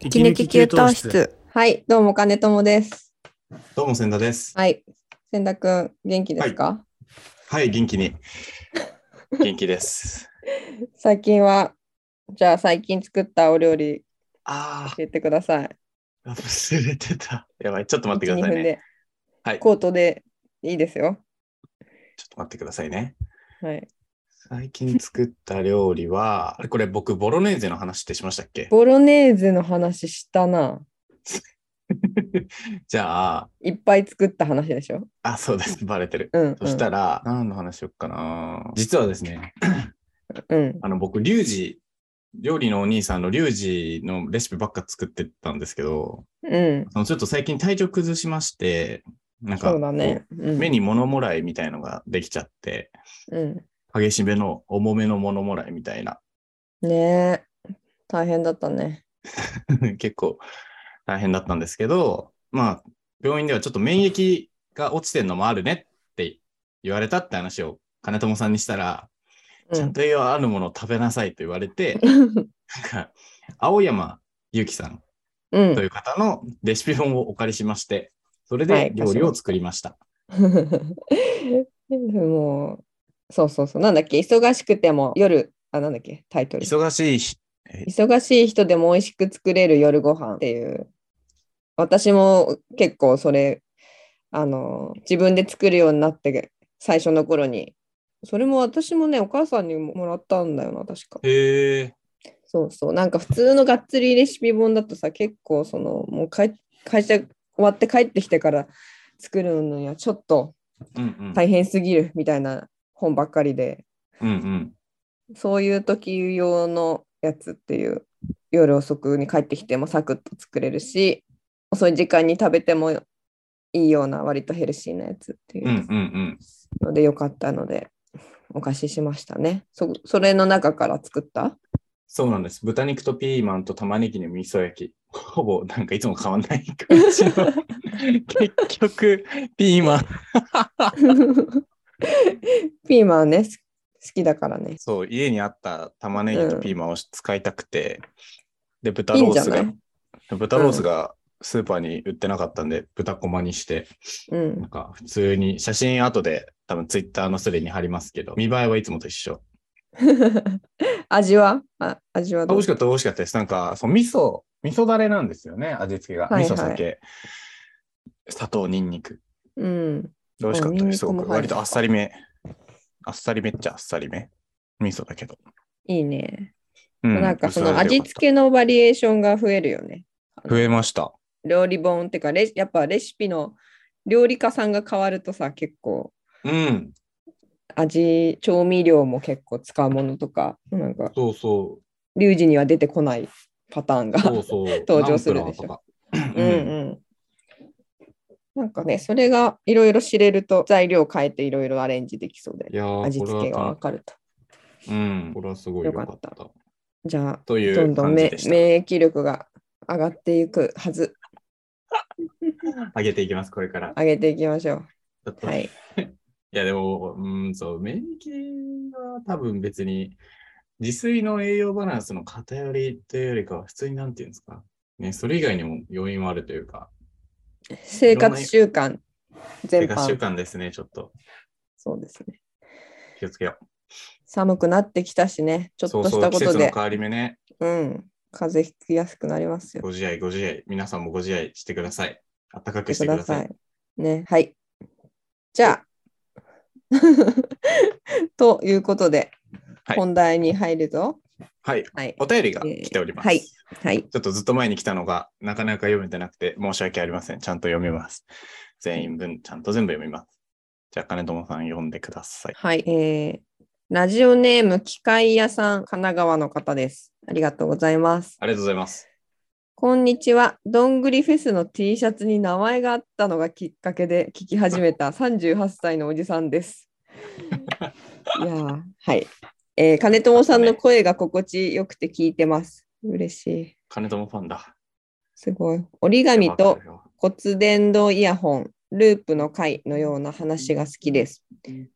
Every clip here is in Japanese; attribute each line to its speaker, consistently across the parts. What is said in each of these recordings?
Speaker 1: 息抜き給湯室。
Speaker 2: はい、どうも金友です。
Speaker 3: どうも、千田です。
Speaker 2: はい、千田くん元気ですか、
Speaker 3: はい、元気に。元気です。
Speaker 2: 最近はじゃあ最近作ったお料理
Speaker 3: あ
Speaker 2: 教えてください。
Speaker 3: あ、忘れてた。やばい、ちょっと待ってくだ
Speaker 2: 1
Speaker 3: さい
Speaker 2: 2分
Speaker 3: ね。
Speaker 2: で、
Speaker 3: はい
Speaker 2: コートでいいですよ。
Speaker 3: ちょっと待ってくださいね。
Speaker 2: はい。
Speaker 3: 最近作った料理は、あれこれ僕、ボロネーゼの話ってしましたっけ
Speaker 2: ボロネーゼの話したな。
Speaker 3: じゃあ、
Speaker 2: いっぱい作った話でしょ。
Speaker 3: あ、そうです。バレてる。
Speaker 2: うん、うん。
Speaker 3: そしたら、何の話しよっかな。実はですね、
Speaker 2: うん。
Speaker 3: あの、僕、リュウジ、料理のお兄さんのリュウジのレシピばっか作ってたんですけど、
Speaker 2: うん。
Speaker 3: そのちょっと最近体調崩しまして、なんか、
Speaker 2: そうだね。うん
Speaker 3: 目。に物もらいみたいのができちゃって、
Speaker 2: うん。
Speaker 3: 激しめの重めの物もらいみたいな、
Speaker 2: ねえ。大変だったね。
Speaker 3: 結構大変だったんですけど、まあ、病院ではちょっと免疫が落ちてんのもあるねって言われたって話を金友さんにしたら、
Speaker 2: う
Speaker 3: ちゃん
Speaker 2: ん。
Speaker 3: と栄養あるものを食べなさいと言われて、なんか、青山ゆきさん
Speaker 2: う
Speaker 3: とい
Speaker 2: ん。
Speaker 3: う方のレシピ本をお借りしまして、それ
Speaker 2: は
Speaker 3: で
Speaker 2: い
Speaker 3: 料理を作りました。
Speaker 2: もう、そうそうそう。なんだっけ、忙しくても夜、あ、なんだっけ、タイトル。
Speaker 3: 忙しい日、
Speaker 2: 忙しい人でも美味しく作れる夜ご飯っていう。私も結構それ、あの、自分で作るようになって、最初の頃に。それも私もね、お母さんにもらったんだよな、確か。
Speaker 3: へえ、
Speaker 2: そうそう。なんか普通のがっつりレシピ本だとさ、結構その、もう会会社終わって帰ってきてから作るのにはちょっと
Speaker 3: うんうん、
Speaker 2: 大変すぎるみたいな本ばっかりで、
Speaker 3: うんうん、
Speaker 2: そういう時用のやつっていう、夜遅くに帰ってきてもサクッと作れるし、遅い時間に食べてもいいような割とヘルシーなやつってい
Speaker 3: うんうん
Speaker 2: う
Speaker 3: うん、
Speaker 2: のでよかったので、お貸ししましたね。そそれの中から 作った
Speaker 3: そうなんです。豚肉とピーマンと玉ねぎの味噌焼き。ほぼなんかいつも変わんない感じの。 結局、ピーマン。
Speaker 2: ピーマンね、す好きだからね。
Speaker 3: そう、家にあった玉ねぎとピーマンを使いたくて。で、豚
Speaker 2: いい
Speaker 3: ロ
Speaker 2: んじ
Speaker 3: ー
Speaker 2: ゃ
Speaker 3: ス
Speaker 2: な
Speaker 3: が
Speaker 2: い、
Speaker 3: 豚ロースがスーパーに売ってなかったんで、豚こまにして、
Speaker 2: うん
Speaker 3: なん。か普通に写真後で多分ツイッターのスレに貼りますけど、見栄えはいつもと一緒。
Speaker 2: 味はあ味は
Speaker 3: あ美
Speaker 2: どう
Speaker 3: 味しかった、美味しかったです。なんか、そう、味噌、味噌だれなんですよね、味付けが。
Speaker 2: はいは
Speaker 3: 味
Speaker 2: い
Speaker 3: 噌、酒、砂糖、ニンニク。
Speaker 2: うん。
Speaker 3: 美味しかった
Speaker 2: ニン
Speaker 3: で
Speaker 2: ニ
Speaker 3: す。す
Speaker 2: ク
Speaker 3: ご
Speaker 2: も
Speaker 3: く
Speaker 2: 入る
Speaker 3: 割とあっさりめ。あっさりめっちゃあっさりめ。味噌だけど。
Speaker 2: いいね。
Speaker 3: う
Speaker 2: なんかその味付
Speaker 3: け。
Speaker 2: けのバリエーションが増えるよね。
Speaker 3: 増えました。
Speaker 2: 料理本ってかレシやっぱレシピの料理家さんが変わるとさ結構
Speaker 3: うん。
Speaker 2: 味調味料も結構使うものとかなんか
Speaker 3: そうそ
Speaker 2: リュウジには出てこないパターン
Speaker 3: う。
Speaker 2: が
Speaker 3: そうそう。
Speaker 2: 登場するでしょ
Speaker 3: ナンプ
Speaker 2: う
Speaker 3: ラ
Speaker 2: ん
Speaker 3: ーとか。うん。
Speaker 2: うんなんかねそれがいろいろ知れると材料変えていろいろアレンジできそうで
Speaker 3: いやー
Speaker 2: 味付け
Speaker 3: こ
Speaker 2: が
Speaker 3: れは
Speaker 2: 分かると
Speaker 3: うん。これはすごい良かっ
Speaker 2: よ
Speaker 3: た。
Speaker 2: じゃあ
Speaker 3: とい
Speaker 2: どん
Speaker 3: う
Speaker 2: どん
Speaker 3: 感じ
Speaker 2: め
Speaker 3: でした。
Speaker 2: 免疫力が上がっていくはず
Speaker 3: 上げていきます、これから。
Speaker 2: 上げていきまし
Speaker 3: ち
Speaker 2: ょ
Speaker 3: ょっ
Speaker 2: う
Speaker 3: と
Speaker 2: はいい
Speaker 3: や、でも、うん、そう、免疫は多分別に、自炊の栄養バランスの偏りというよりかは、普通になんていうんですか。ね、それ以外にも要因はあるというか、
Speaker 2: 生活習慣全
Speaker 3: 生活習
Speaker 2: 般
Speaker 3: 慣ですね、ちょっと
Speaker 2: そうですね
Speaker 3: 気をつけよう。
Speaker 2: 寒くなってきたしね、ちょっとした
Speaker 3: そうそ
Speaker 2: こと
Speaker 3: う季節の
Speaker 2: で、
Speaker 3: 変わり目ね、
Speaker 2: うん、風邪ひきやすくなりますよ。
Speaker 3: ご自愛、ご自愛、皆さんもご自愛してください。あったかく
Speaker 2: し
Speaker 3: してて
Speaker 2: く
Speaker 3: く
Speaker 2: だ
Speaker 3: ださ
Speaker 2: さい
Speaker 3: い。。
Speaker 2: ね、はい。じゃあ、 ということで、
Speaker 3: はい
Speaker 2: 本題に入るぞ。
Speaker 3: はい、
Speaker 2: はい。
Speaker 3: お便りが来ております。
Speaker 2: えーはいはい。
Speaker 3: ちょっとずっと前に来たのが、なかなか読めてなくて、申し訳ありません。ちゃんと読みます。全員分、ちゃんと全部読みます。じゃあ、金友さん読んでください。
Speaker 2: はい。えーラジオネーム、機械屋さん、神奈川の方です。ありがとうございます。
Speaker 3: ありがとうございます。
Speaker 2: こんにちは。どんぐりフェスの T シャツに名前があったのがきっかけで聞き始めた38歳のおじさんです。いやーはい、えー金友さんの声が心地よくて聞いてます。嬉しい。
Speaker 3: 金友ファンだ。
Speaker 2: すごい。折り紙と骨伝導イヤホン、ループの回のような話が好きです。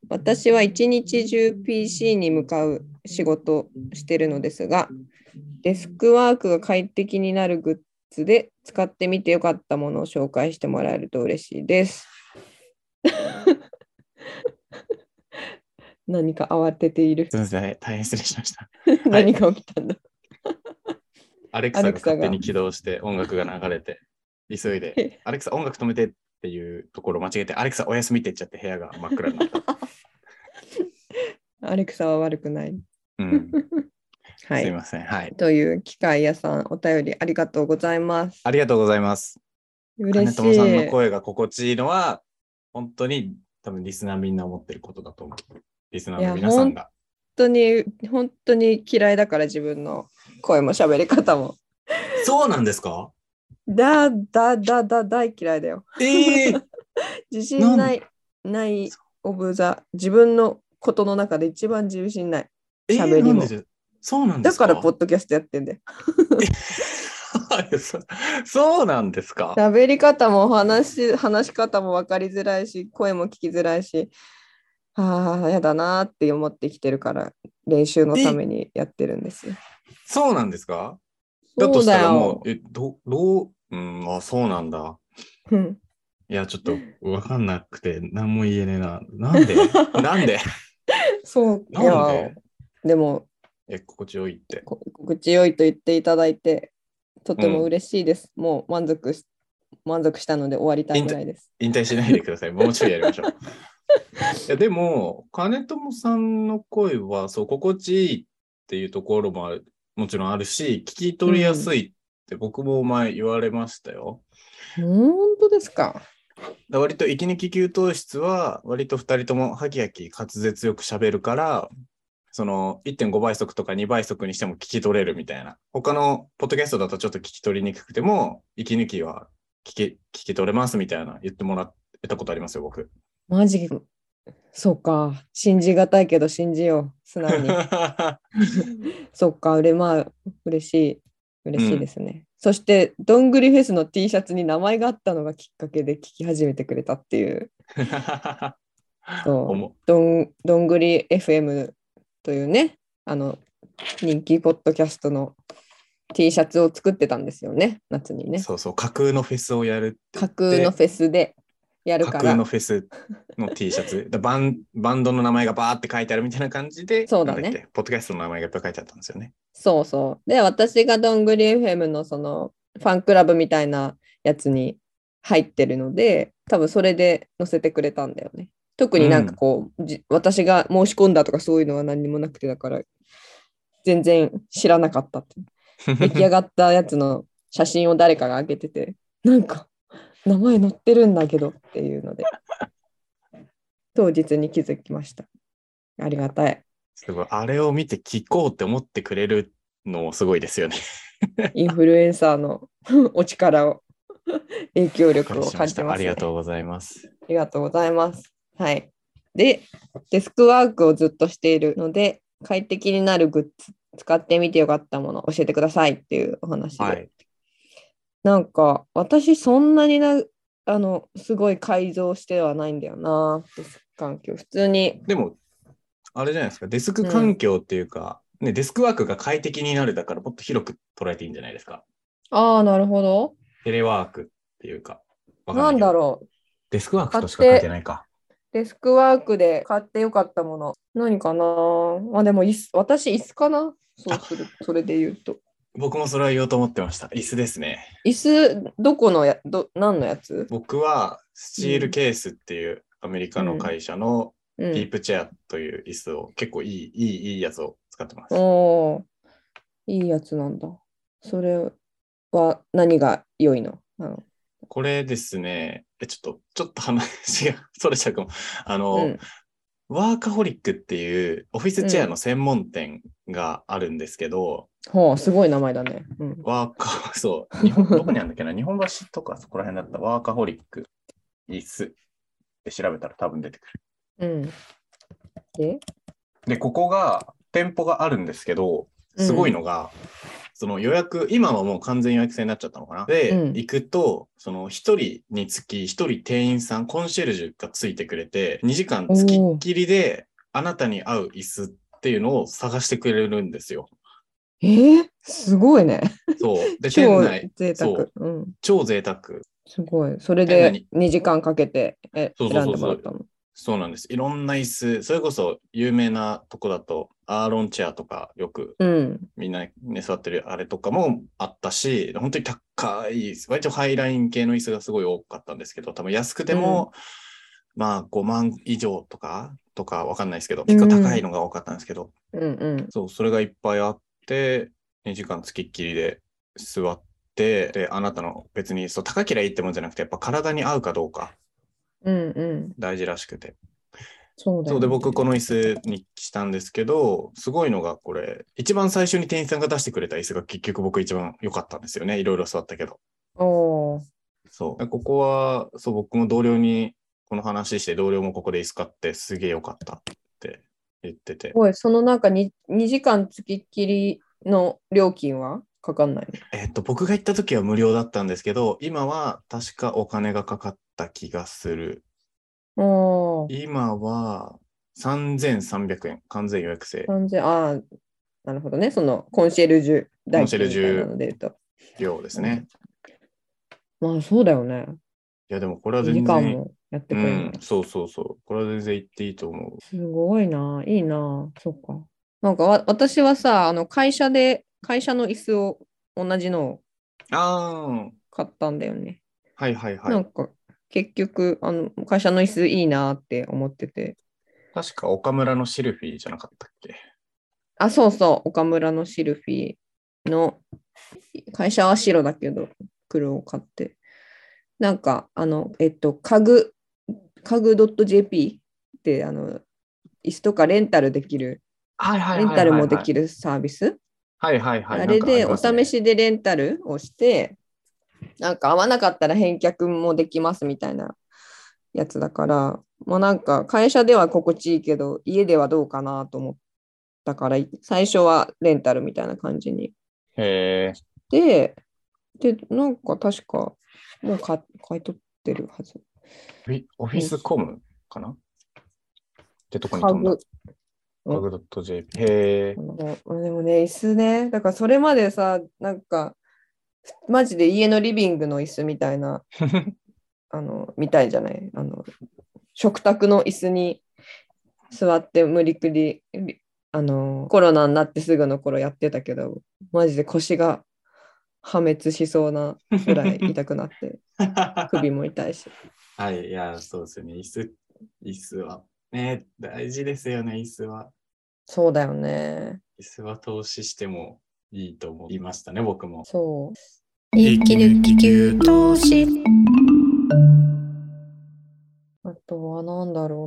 Speaker 2: 私は一日中 PC に向かう仕事をしてるのですが、デスクワークが快適になるグッツで使ってみてよかったものを紹介してもらえると嬉しいです。 何か慌てている
Speaker 3: す。みません、大変失礼しました。
Speaker 2: 何が起きたんだ。
Speaker 3: アレクサが勝手に起動して音楽が流れて、急いで、アレクサ音楽止めてっていうところを間違えて、アレクサお休みって言っちゃって部屋が真っ暗になった。
Speaker 2: アレクサは悪くない。
Speaker 3: うん、
Speaker 2: は
Speaker 3: すい
Speaker 2: い。
Speaker 3: ません。はい。
Speaker 2: という機械屋さん、お便りありがとうございます。
Speaker 3: ありがとうございます。
Speaker 2: 嬉
Speaker 3: 金
Speaker 2: し
Speaker 3: 友さんの
Speaker 2: い。
Speaker 3: 声が心地いいのは、本当に多分リスナーみんな思ってることだと思う。リスナーの皆さんが。
Speaker 2: 本当に、本当に嫌いだから自分の声も喋り方も。
Speaker 3: そうなんですか
Speaker 2: だ、だ、だ、だ、大嫌いだよ。
Speaker 3: ええー、
Speaker 2: 自信ない、ない、オブザ、自分のことの中で一番自信ない。
Speaker 3: えー
Speaker 2: 喋りも
Speaker 3: なんでそうなんで
Speaker 2: だ
Speaker 3: すか
Speaker 2: から、ポッドキャストやってんだよ。
Speaker 3: そ そうなんですか
Speaker 2: 喋り方も話し話し方も分かりづらいし声も聞きづらいしああやだなーって思ってきてるから練習のためにやってるんですよ。
Speaker 3: そうなんですかだ
Speaker 2: そ
Speaker 3: と
Speaker 2: う
Speaker 3: した
Speaker 2: だ
Speaker 3: らも
Speaker 2: よ。
Speaker 3: う、え、ど、どう、うん、あ、そうなんだ。
Speaker 2: うん
Speaker 3: いや、ちょっとわかんなくて、何も言えねえな。なんでなんで
Speaker 2: そうい
Speaker 3: なん
Speaker 2: や
Speaker 3: で
Speaker 2: でも
Speaker 3: え、心地よいって。
Speaker 2: こ心地よいと言っていただいてとても嬉しいです。もう満足し満足したので終わりたいぐらいです。
Speaker 3: 引退しないでください。もうちょいやりましょう。いやでも、金友さんの声は、そう、心地いいっていうところもあるもちろんあるし、聞き取りやすいって僕も前言われましたよ。
Speaker 2: 本当ですか。
Speaker 3: だ割と息抜き給湯室は、割と二人ともハキハキ滑舌よく喋るから、その1.5倍速とか2倍速にしても聞き取れるみたいな。他のポッドキャストだとちょっと聞き取りにくくても、息抜きは聞き聞き取れますみたいな言ってもらったことありますよ、 僕。
Speaker 2: マジそうか信じがたいけど信じよう素直に。 そっか、うれまあ、嬉しい、嬉しいですね。そして、どんぐりフェスの T シャツに名前があったのがきっかけで聞き始めてくれたっていう、そう
Speaker 3: おも
Speaker 2: どんどんぐり FM というね、あの、人気ポッドキャストの T シャツを作ってたんですよね、夏にね。
Speaker 3: そうそう、架空のフェスをやるって言
Speaker 2: 架
Speaker 3: って
Speaker 2: 空のフェスでやる
Speaker 3: 架
Speaker 2: か
Speaker 3: 空の
Speaker 2: ら、
Speaker 3: フェスの T シャツ。だバンバンドの名前がバーって書いてあるみたいな感じで、
Speaker 2: そうだね
Speaker 3: なんっけポッドキャストの名前がいっぱい書いてあったんですよね。
Speaker 2: そうそう。で、私がどんぐり FM のその、ファンクラブみたいなやつに入ってるので多分それで載せてくれたんだよね特になんかこう、じ私が申し込んだとかそういうのは何にもなくてだから全然知らなかったって出来上がったやつの写真を誰かが上げててなんか名前載ってるんだけどっていうので当日に気づきましたありがたい
Speaker 3: すごい。あれを見て聞こうって思ってくれるのもすごいですよね。
Speaker 2: インフルエンサーの お力を影響力を
Speaker 3: 了解しま
Speaker 2: 感
Speaker 3: し
Speaker 2: じて
Speaker 3: た
Speaker 2: ます、ね、
Speaker 3: ありがとうございます。
Speaker 2: ありがとうございます。はい。で、デスクワークをずっとしているので、快適になるグッズ、使ってみてよかったもの、教えてくださいっていうお話で。
Speaker 3: はい。
Speaker 2: なんか、私、そんなにな、あの、すごい改造してはないんだよな、デスク環境。普通に、
Speaker 3: でも、あれじゃないですか、デスク環境っていうか、ね、デスクワークが快適になるだからもっと広く捉えていいんじゃないですか。
Speaker 2: ああ、なるほど。
Speaker 3: テレワークっていうか。わか
Speaker 2: な
Speaker 3: な
Speaker 2: ん
Speaker 3: い
Speaker 2: ん
Speaker 3: けど
Speaker 2: だろう。
Speaker 3: デスクワークとしか書いてないか。
Speaker 2: デスクワークで買ってよかったもの、何かなまあでも、椅子、私、椅子かなそうする、 それで言うと。
Speaker 3: 僕もそれは言おうと思ってました。椅子ですね。
Speaker 2: 椅子、どこのや、ど、何のやつ
Speaker 3: 僕はスチールケースっていうアメリカの会社の
Speaker 2: う
Speaker 3: ディ
Speaker 2: ん
Speaker 3: ー。プチェアという椅子を結構いい、いい、いいやつを使ってます。
Speaker 2: おお、いいやつなんだ。それは何が良いのあの
Speaker 3: これですね、えちょっと、ちょっと話が それちゃうかも。あの、
Speaker 2: うん
Speaker 3: ワーカホリックっていうオフィスチェアの専門店があるんですけど、
Speaker 2: ほう、すごい名前だね。うん。
Speaker 3: ワー カ、そう、日本、どこにあるんだっけな、日本橋とかそこら辺だったワーカホリック椅子って調べたら多分出てくる。
Speaker 2: うん、で、
Speaker 3: で、ここが、店舗があるんですけど、
Speaker 2: うん
Speaker 3: すごいのが、その予約、今はもう完全予約制になっちゃったのかな。で、
Speaker 2: うん
Speaker 3: 行くと、その1人につき1人店員さん、コンシェルジュがついてくれて、2時間つきっきりで、あなたに合う椅子っていうのを探してくれるんですよ。
Speaker 2: えー、すごいね。
Speaker 3: そう。で、店
Speaker 2: 超
Speaker 3: 内、
Speaker 2: 贅
Speaker 3: そ
Speaker 2: 沢
Speaker 3: う。
Speaker 2: うん。
Speaker 3: 超贅沢。
Speaker 2: すごい。それ
Speaker 3: え
Speaker 2: で
Speaker 3: 何
Speaker 2: 2時間かけてえ
Speaker 3: そう
Speaker 2: 選
Speaker 3: そうそ
Speaker 2: ん
Speaker 3: うそう
Speaker 2: でもらったの。
Speaker 3: そうなんです。いろんな椅子、それこそ有名なとこだと、アーロンチェアとかよく
Speaker 2: うん。
Speaker 3: みんなね、座ってるあれとかもあったし、本当に高い、割とハイライン系の椅子がすごい多かったんですけど、多分安くても、まあ5万以上とか、とかわかんないですけど、結構高いのが多かったんですけど、
Speaker 2: うんうん。
Speaker 3: そう、それがいっぱいあって、2時間つきっきりで座って、で、あなたの別にそう高ければいいってもんじゃなくて、やっぱ体に合うかどうか
Speaker 2: うんうん。
Speaker 3: 大事らしくて。
Speaker 2: そうだ
Speaker 3: そ
Speaker 2: よ
Speaker 3: うで、
Speaker 2: ね
Speaker 3: 僕、この椅子にしたんですけど、すごいのがこれ、一番最初に店員さんが出してくれた椅子が結局僕一番良かったんですよね。いろいろ座ったけど。
Speaker 2: おー
Speaker 3: そう。ここは、そう、僕も同僚にこの話して、同僚もここで椅子買ってすげえ良かったって言ってて
Speaker 2: す。ごい。そのなんか 2, 2時間つきっきりの料金はかかんない
Speaker 3: えっと、僕が行った時は無料だったんですけど、今は確かお金がかかった気がする。
Speaker 2: の。おー
Speaker 3: 今は3300円、完全予約制。
Speaker 2: 3000あーなるほどね。そのコンシェルジュ代金みたいなので言うと。
Speaker 3: 量ですね。
Speaker 2: まあそうだよね。
Speaker 3: いや、でもこれは
Speaker 2: 2
Speaker 3: 全
Speaker 2: 時間
Speaker 3: 然
Speaker 2: もやって
Speaker 3: う
Speaker 2: くれるの
Speaker 3: ん、そうそうそう。これは全然言っていいと思う。
Speaker 2: すごいな、いいな、そっか。なんかわ私はさ、あの会社で、会社の椅子を同じのを
Speaker 3: ああ、
Speaker 2: 買ったんだよね。
Speaker 3: はいはいは。
Speaker 2: ないんか結局あの、会社の椅子いいなって思ってて。
Speaker 3: 確か岡村のシルフィーじゃなかったっけ
Speaker 2: あ、そうそう、岡村のシルフィーの、会社は白だけど、黒を買って。なんか、あの、えっと、家具、家具 .jp って、あの、椅子とかレンタルできる、
Speaker 3: はいは
Speaker 2: レンタルもでき
Speaker 3: る。
Speaker 2: るサービス、
Speaker 3: はいはいはい。
Speaker 2: あれでお試
Speaker 3: し。
Speaker 2: しでレンタルをして、なんか合わなかったら返却もできますみたいなやつだから、もうなんか会社では心地いいけど、家ではどうかなと思ったから、最初はレンタルみたいな感じに。
Speaker 3: へえ。
Speaker 2: で、で、なんか確かもう買買い取ってるはず。
Speaker 3: フィオフィスコムかなってとこに
Speaker 2: 家
Speaker 3: 飛んだ
Speaker 2: 具。。具
Speaker 3: 家具 .jp。へえ。
Speaker 2: あのでもね、椅子ね。だからそれまでさ、なんか、マジで家のリビングの椅子みたいなあの、みたいじゃないあの、食卓の椅子に座って無理くり、りあの、コロナになってすぐの頃やってたけど、マジで腰が破滅しそうなぐらい痛くなって、首も痛いし。
Speaker 3: はい、いや、そうですよね。椅子、椅子は。ね、大事ですよね、椅子は。
Speaker 2: そうだよね。
Speaker 3: 椅子は投資してもいいと思いましたね、僕も。
Speaker 2: そう。
Speaker 3: 息抜き給
Speaker 2: 投資。あとは何だろ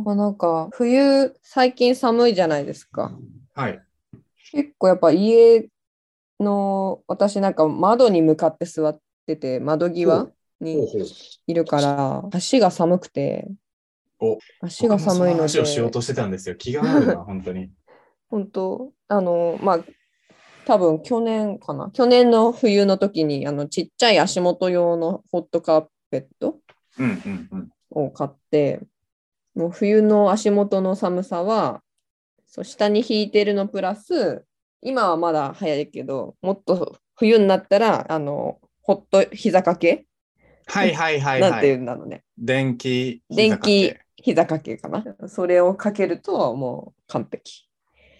Speaker 2: うなまあなんか冬最近寒いじゃないですか。
Speaker 3: はい。
Speaker 2: 結構やっぱ家の私なんか窓に向かって座ってて窓際に
Speaker 3: ほう。
Speaker 2: いるから足が寒くて
Speaker 3: お
Speaker 2: 足が寒いの
Speaker 3: 僕もそ話をしよう
Speaker 2: で
Speaker 3: としてたんですよ。気がある な、本当に。
Speaker 2: 本当あのまあ多分去年かな去年の冬の時にあのちっちゃい足元用のホットカーペット
Speaker 3: うんうんうん。
Speaker 2: を買ってもう冬の足元の寒さはそう下に引いてるのプラス今はまだ早いけどもっと冬になったらあのホット膝掛け、
Speaker 3: はいはいはい
Speaker 2: なん
Speaker 3: は
Speaker 2: てい
Speaker 3: い。
Speaker 2: うんだろうね
Speaker 3: 電気。
Speaker 2: 電
Speaker 3: 膝
Speaker 2: 気
Speaker 3: 掛け
Speaker 2: 膝掛けかなそれをかけるともう完璧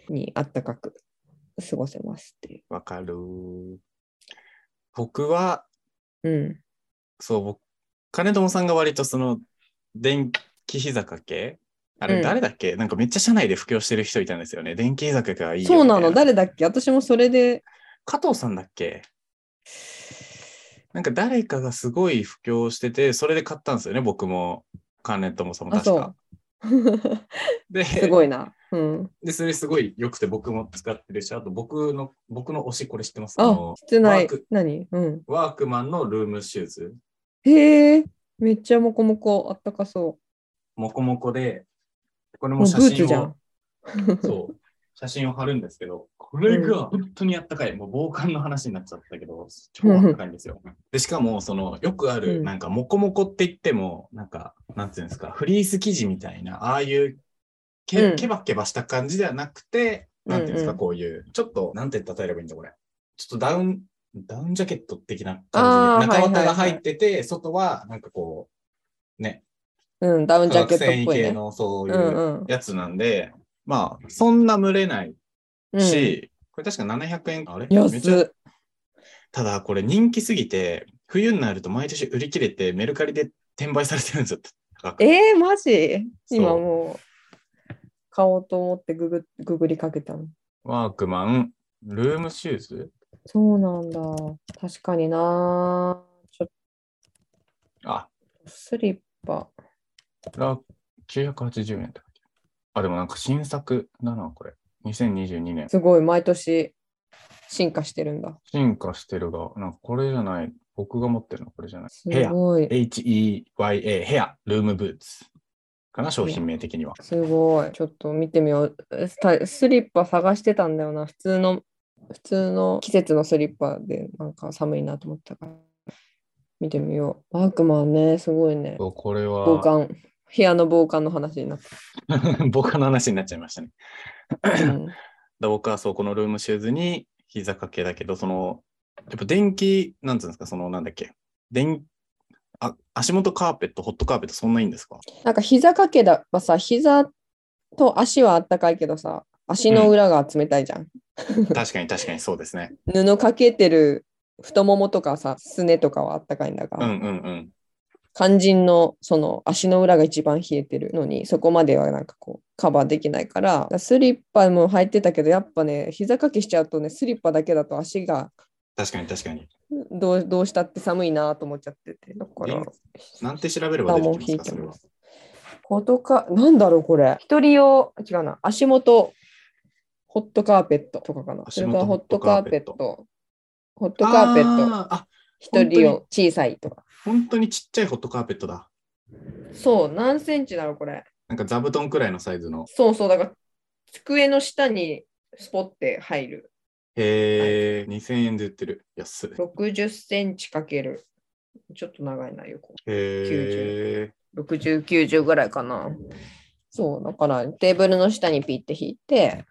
Speaker 2: にあったかく過ごせますってい
Speaker 3: わかる。僕は、
Speaker 2: う。うん
Speaker 3: そう、僕、金友さんが割とその、電気膝掛けあ
Speaker 2: う
Speaker 3: れ
Speaker 2: ん
Speaker 3: 誰だっけ、なんかめっちゃ社内で布教してる人いたんですよね。電気膝掛けがいいよ
Speaker 2: そうな
Speaker 3: みた
Speaker 2: の
Speaker 3: いな
Speaker 2: 誰だっけ私もそれで
Speaker 3: 加藤さんだっけなんか誰かがすごい布教してて、それで買ったんですよね、僕も。関連友さんも
Speaker 2: あ
Speaker 3: 確
Speaker 2: そ
Speaker 3: か
Speaker 2: う。
Speaker 3: で、
Speaker 2: すごいな。うん、
Speaker 3: で、それすごい良くて僕も使ってるし、あと僕の、僕の推しこれ知ってますあ
Speaker 2: あ
Speaker 3: の、
Speaker 2: 室
Speaker 3: ワー
Speaker 2: 内
Speaker 3: ク
Speaker 2: 何うん
Speaker 3: ワークマンのルームシューズ。
Speaker 2: へえ、めっちゃもこもこ、あったかそ
Speaker 3: もこもこで、これ
Speaker 2: う。
Speaker 3: も
Speaker 2: もう
Speaker 3: 写
Speaker 2: ブー
Speaker 3: 真
Speaker 2: ツじゃ
Speaker 3: を
Speaker 2: ん、。
Speaker 3: そう、写真を貼るんですけど、これ
Speaker 2: う
Speaker 3: が本当にあったかい。もう防寒の話になっちゃったけど、超あったかいんです よ。で、しかも、その、よくあ
Speaker 2: う
Speaker 3: る、
Speaker 2: ん
Speaker 3: なんか、もこもこって言っても、なんか、なんていうんですか、フリース生地みたいな、ああいう、
Speaker 2: う
Speaker 3: け
Speaker 2: ん
Speaker 3: ケバケバした感じではなくて、なんていうんですか、
Speaker 2: うんうん
Speaker 3: こういう、ちょっと、なんて例えればいいんだ、これ。ちょっとダウン、ダウンジャケット的な
Speaker 2: あ
Speaker 3: 感
Speaker 2: ー
Speaker 3: じで、中
Speaker 2: はいは
Speaker 3: 綿
Speaker 2: いは
Speaker 3: が
Speaker 2: い
Speaker 3: 入ってて、外はなんかこう、ね、
Speaker 2: うん、ダウンジ
Speaker 3: 化
Speaker 2: ャケ
Speaker 3: 学
Speaker 2: ットっ
Speaker 3: 繊維
Speaker 2: ぽい
Speaker 3: 系
Speaker 2: ね。
Speaker 3: のそう
Speaker 2: う
Speaker 3: い
Speaker 2: ん
Speaker 3: う
Speaker 2: うん
Speaker 3: やつなんで、まあ、そんな蒸れない
Speaker 2: うん。
Speaker 3: し、これ確か700円、あれめっちゃ
Speaker 2: 安っ。
Speaker 3: ただこれ人気すぎて、冬になると毎年売り切れてメルカリで転売されてるんですよ。高く
Speaker 2: えー、マジ
Speaker 3: そう
Speaker 2: 今もう買おうと思ってググググりかけたの。
Speaker 3: ワークマン、ルームシューズ
Speaker 2: そうなんだ。確かにな。ちょっ
Speaker 3: あ、
Speaker 2: とスリッパ。
Speaker 3: ラ980円って書いてあるあ、でもなんか新作だな、これ。2022年。
Speaker 2: すごい、毎年進化してるんだ。
Speaker 3: 進化してるが、なんかこれじゃない。僕が持ってるのこれじゃない。
Speaker 2: す
Speaker 3: ヘア。
Speaker 2: ごい。
Speaker 3: HEYA、ヘア、ルームブーツ。かな、商品名的には。
Speaker 2: すごい。ちょっと見てみよう。スタスリッパ探してたんだよな。普通の、普通の季節のスリッパでなんか寒いなと思ったから。見てみよう。ワークマンね、すごいね。
Speaker 3: そうこれ
Speaker 2: 防
Speaker 3: は、
Speaker 2: 寒。部屋の防寒の話になった。
Speaker 3: 僕の話になっちゃいましたね。
Speaker 2: うん
Speaker 3: だ僕はそうこのルームシューズに膝掛けだけど、その、やっぱ電気、なんつうんですか、その、なんだっけ、電あ足元カーペット、ホットカーペット、そんないいんです か
Speaker 2: なんか膝掛けだはさ、膝と足はあったかいけどさ、足の裏が冷たいじゃん。
Speaker 3: 確かに確かにそうですね。
Speaker 2: 布かけてる太ももとかさ、すねとかはあったかいんだが、
Speaker 3: うんうんうん。
Speaker 2: 肝心のその足の裏が一番冷えてるのに、そこまではなんかこうカバーできないから、スリッパも履いてたけど、やっぱね、膝掛けしちゃうとね、スリッパだけだと足が
Speaker 3: 確かに確かに。
Speaker 2: どうどうしたって寒いなと思っちゃってて、だから
Speaker 3: え。なんて調べれば出てきますか、それは。
Speaker 2: ホットカなんだろうこれ。一人用、違うな、足元ホットカーペットとかかな。そ
Speaker 3: 足
Speaker 2: れ
Speaker 3: 元
Speaker 2: からホットカーペッ
Speaker 3: ホッ
Speaker 2: ト。ホットカーペット。
Speaker 3: あーあ、
Speaker 2: 一人用、小さいとか。
Speaker 3: 本当にちっちゃいホットカーペットだ。
Speaker 2: そう、何センチだろうこれ。
Speaker 3: なんか座布団くらいのサイズの。
Speaker 2: そうそう、だから机の下にスポって入る。
Speaker 3: へえ、2000円で売ってる。安い。
Speaker 2: 60センチかける。ちょっと長いな、横。
Speaker 3: へえ。
Speaker 2: 60、90ぐらいかな。そう、だからテーブルの下にピッて引いて、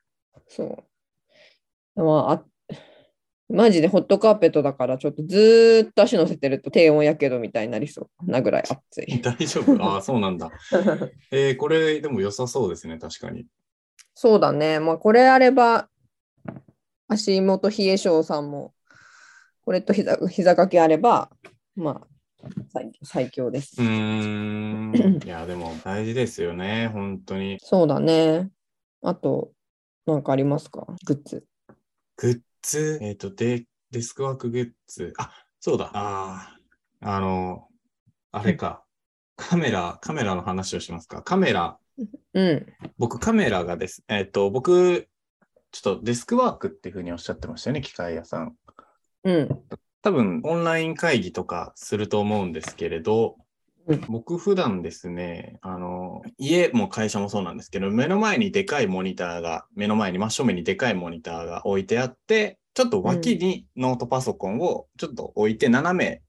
Speaker 2: そう。まあ、あマジでホットカーペットだから、ちょっとずーっと足乗せてると低温やけどみたいになりそうなぐらい暑 い。
Speaker 3: 大丈夫ああ、そうなんだ。えー、これでも良さそうですね、確かに。
Speaker 2: そうだね。まあ、これあれば、足元冷え性さんも、これと膝膝掛けあれば、まあ、最最強です。
Speaker 3: うーん。いや、でも大事ですよね、本当に。
Speaker 2: そうだね。あと、なんかありますかグッズ。
Speaker 3: グッズ、えっ、とデ、デスクワークグッズ。あ、そうだ。ああ、あの、あれか。カメラ、カメラの話をしますか。カメラ、
Speaker 2: うん。
Speaker 3: 僕カメラがです。えっ、と、僕、ちょっとデスクワークっていうふうにおっしゃってましたよね、機械屋さん。
Speaker 2: うん。
Speaker 3: 多分オンライン会議とかすると思うんですけれど、
Speaker 2: うん
Speaker 3: 僕普段ですね、あの、家も会社もそうなんですけど、目の前にでかいモニターが、目の前に真正面にでかいモニターが置いてあって、ちょっと脇にノートパソコンをちょっと置いて斜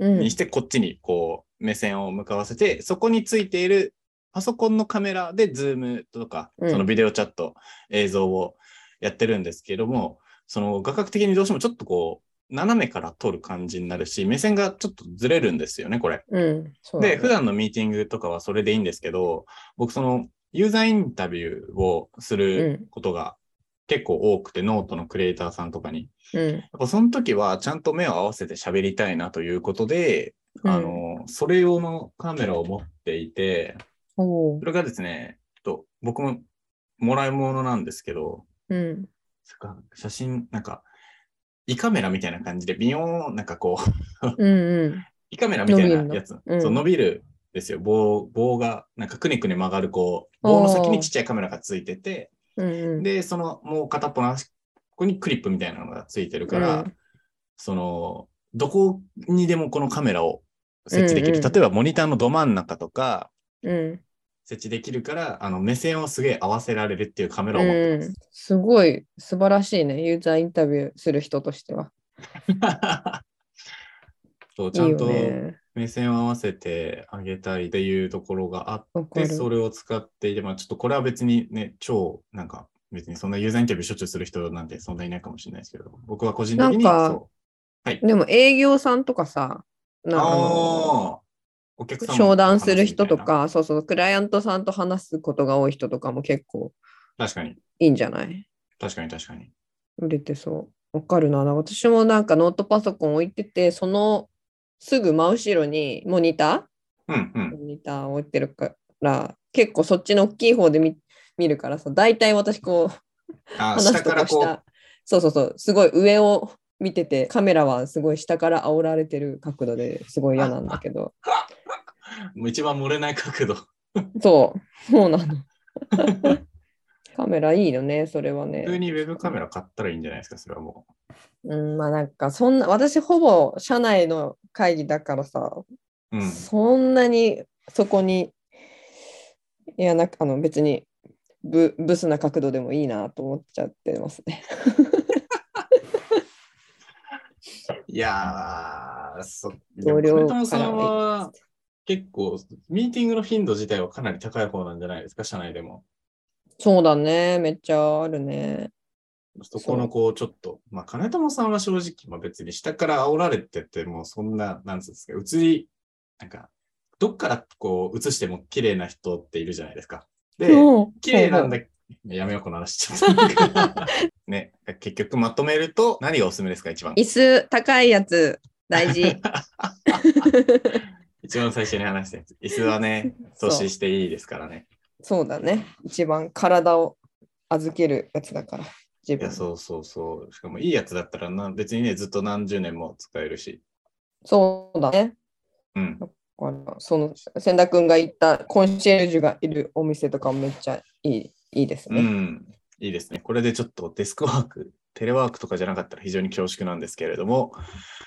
Speaker 3: め
Speaker 2: うん。
Speaker 3: にしてこっちにこう目線を向かわせて、そこについているパソコンのカメラでズームとか、
Speaker 2: うん
Speaker 3: そのビデオチャット、映像をやってるんですけども、その画角的にどうしてもちょっとこう、斜めから撮る感じになるし、目線がちょっとずれるんですよね、これ。
Speaker 2: うん。そうだね
Speaker 3: で、普段のミーティングとかはそれでいいんですけど、僕そのユーザーインタビューをすることが結構多くて、ノートのクリエイターさんとかに。
Speaker 2: うん。
Speaker 3: やっぱその時はちゃんと目を合わせて喋りたいなということで、あの、それ用のカメラを持っていて、
Speaker 2: うん、お
Speaker 3: それがですね、ちょっと僕ももらい物なんですけど、
Speaker 2: ううん。
Speaker 3: そっか写真、なんか、胃カメラみたいな感じで、ビヨーン、なんかこう、
Speaker 2: うんうん。
Speaker 3: 胃カメラみたい
Speaker 2: 伸びる
Speaker 3: な
Speaker 2: の
Speaker 3: やつ、
Speaker 2: うん
Speaker 3: そう伸びるんですよ。棒、棒が、なんかくねくね曲がる、こう、棒の先にちっちゃいカメラがついてて、
Speaker 2: うんうん、
Speaker 3: で、その、もう片っぽの足、ここにクリップみたいなのがついてるから、
Speaker 2: うん
Speaker 3: その、どこにでもこのカメラを設置できる。
Speaker 2: うんうん
Speaker 3: 例えば、モニターのど真ん中とか、
Speaker 2: うん
Speaker 3: 設置できるから、あの目線をすげえ合わせられるっていうカメラを持って
Speaker 2: うん、すごい素晴らしいね、ユーザーインタビューする人としては。
Speaker 3: ます。 そう、
Speaker 2: い
Speaker 3: ち
Speaker 2: い
Speaker 3: ゃん
Speaker 2: よ
Speaker 3: と
Speaker 2: ね。
Speaker 3: 目線を合わせてあげたいっていうところがあっ
Speaker 2: わ
Speaker 3: て、
Speaker 2: かる。
Speaker 3: それを使っていて、まあちょっとこれは別にね、超なんか別にそんなユーザーインタビューしょっちゅうする人なんてそんなにいないかもしれないですけど、僕は個人的に
Speaker 2: なんか
Speaker 3: そう
Speaker 2: でも営業さんとかさ、なあの
Speaker 3: あーお客様
Speaker 2: 商談する人
Speaker 3: 話す
Speaker 2: と
Speaker 3: みたい
Speaker 2: か、そうそう、クライアントさんと話すことが多い人とかも結構
Speaker 3: な。確かに、
Speaker 2: いいんじゃない
Speaker 3: 確かに、確かに。
Speaker 2: 売れてそう。わかるな。私もなんかノートパソコン置いてて、そのすぐ真後ろにモニタ
Speaker 3: うん、う
Speaker 2: ー
Speaker 3: ん。
Speaker 2: モニター置いてるから、結構そっちの大きい方で見見るからさ、大体私こう、
Speaker 3: あー
Speaker 2: 話
Speaker 3: 下
Speaker 2: と
Speaker 3: から
Speaker 2: か
Speaker 3: こ
Speaker 2: 下、そうそうそう、すごい上を見てて、カメラはすごい下から煽られてる角度ですごい嫌なんだけど、
Speaker 3: う、もう一番漏れない角度。
Speaker 2: そう、そうなの。カメラいいよね、それは
Speaker 3: 普通
Speaker 2: ね。
Speaker 3: にウェブカメラ買ったらいいんじゃないですか、それはも
Speaker 2: うん、まあなんか、そんな、私ほぼ社内の会議だからさ、
Speaker 3: う。うん。
Speaker 2: そんなにそこに、いや、なんかあの別にブブスな角度でもいいなと思っちゃってますね。
Speaker 3: いやー、そ
Speaker 2: 同僚
Speaker 3: でも金友さん
Speaker 2: から
Speaker 3: は結構、ミーティングの頻度自体はかなり高い方なんじゃないですか、社内でも。
Speaker 2: そうだね、めっちゃあるね。
Speaker 3: そこのこう、ちょっと、まあ、金友さんは正直、まあ、別に下から煽られてて、もうそんな、なんつうんですか、映り、なんか、どっからこう、映しても綺麗な人っているじゃないですか。で、
Speaker 2: うん
Speaker 3: 綺麗なんだやめよう、この話。ちょっと ね、結局まとめると、何がおすすめですか、一番。
Speaker 2: 椅子高いやつ 大事。
Speaker 3: 一番最初に話したやつ。椅子はね、
Speaker 2: そう
Speaker 3: 投資していいですからね。
Speaker 2: そうだね。一番体を預けるやつだから。自
Speaker 3: いや、
Speaker 2: 分そう
Speaker 3: そうそうそう。しかもいいやつだったらな、別にね、ずっと何十年も使えるし。
Speaker 2: だね。
Speaker 3: うん。
Speaker 2: だからその千田君が行ったコンシェルジュがいるお店とかもめっちゃいいいいです
Speaker 3: う
Speaker 2: ね。
Speaker 3: ん。いいですね。これでちょっとデスクワーク、テレワークとかじゃなかったら非常に恐縮なんですけれども、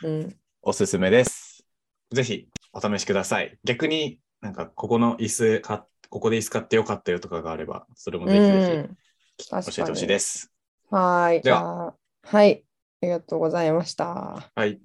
Speaker 2: うん
Speaker 3: おすすめです。ぜひお試しください。逆になんか、ここの椅子買っ、ここで椅子買ってよかったよとかがあれば、それもぜひぜ
Speaker 2: うん
Speaker 3: ひ
Speaker 2: 確かに
Speaker 3: 教えてほしいです。
Speaker 2: はーい。
Speaker 3: では
Speaker 2: じゃあはい。ありがとうございました。
Speaker 3: はい。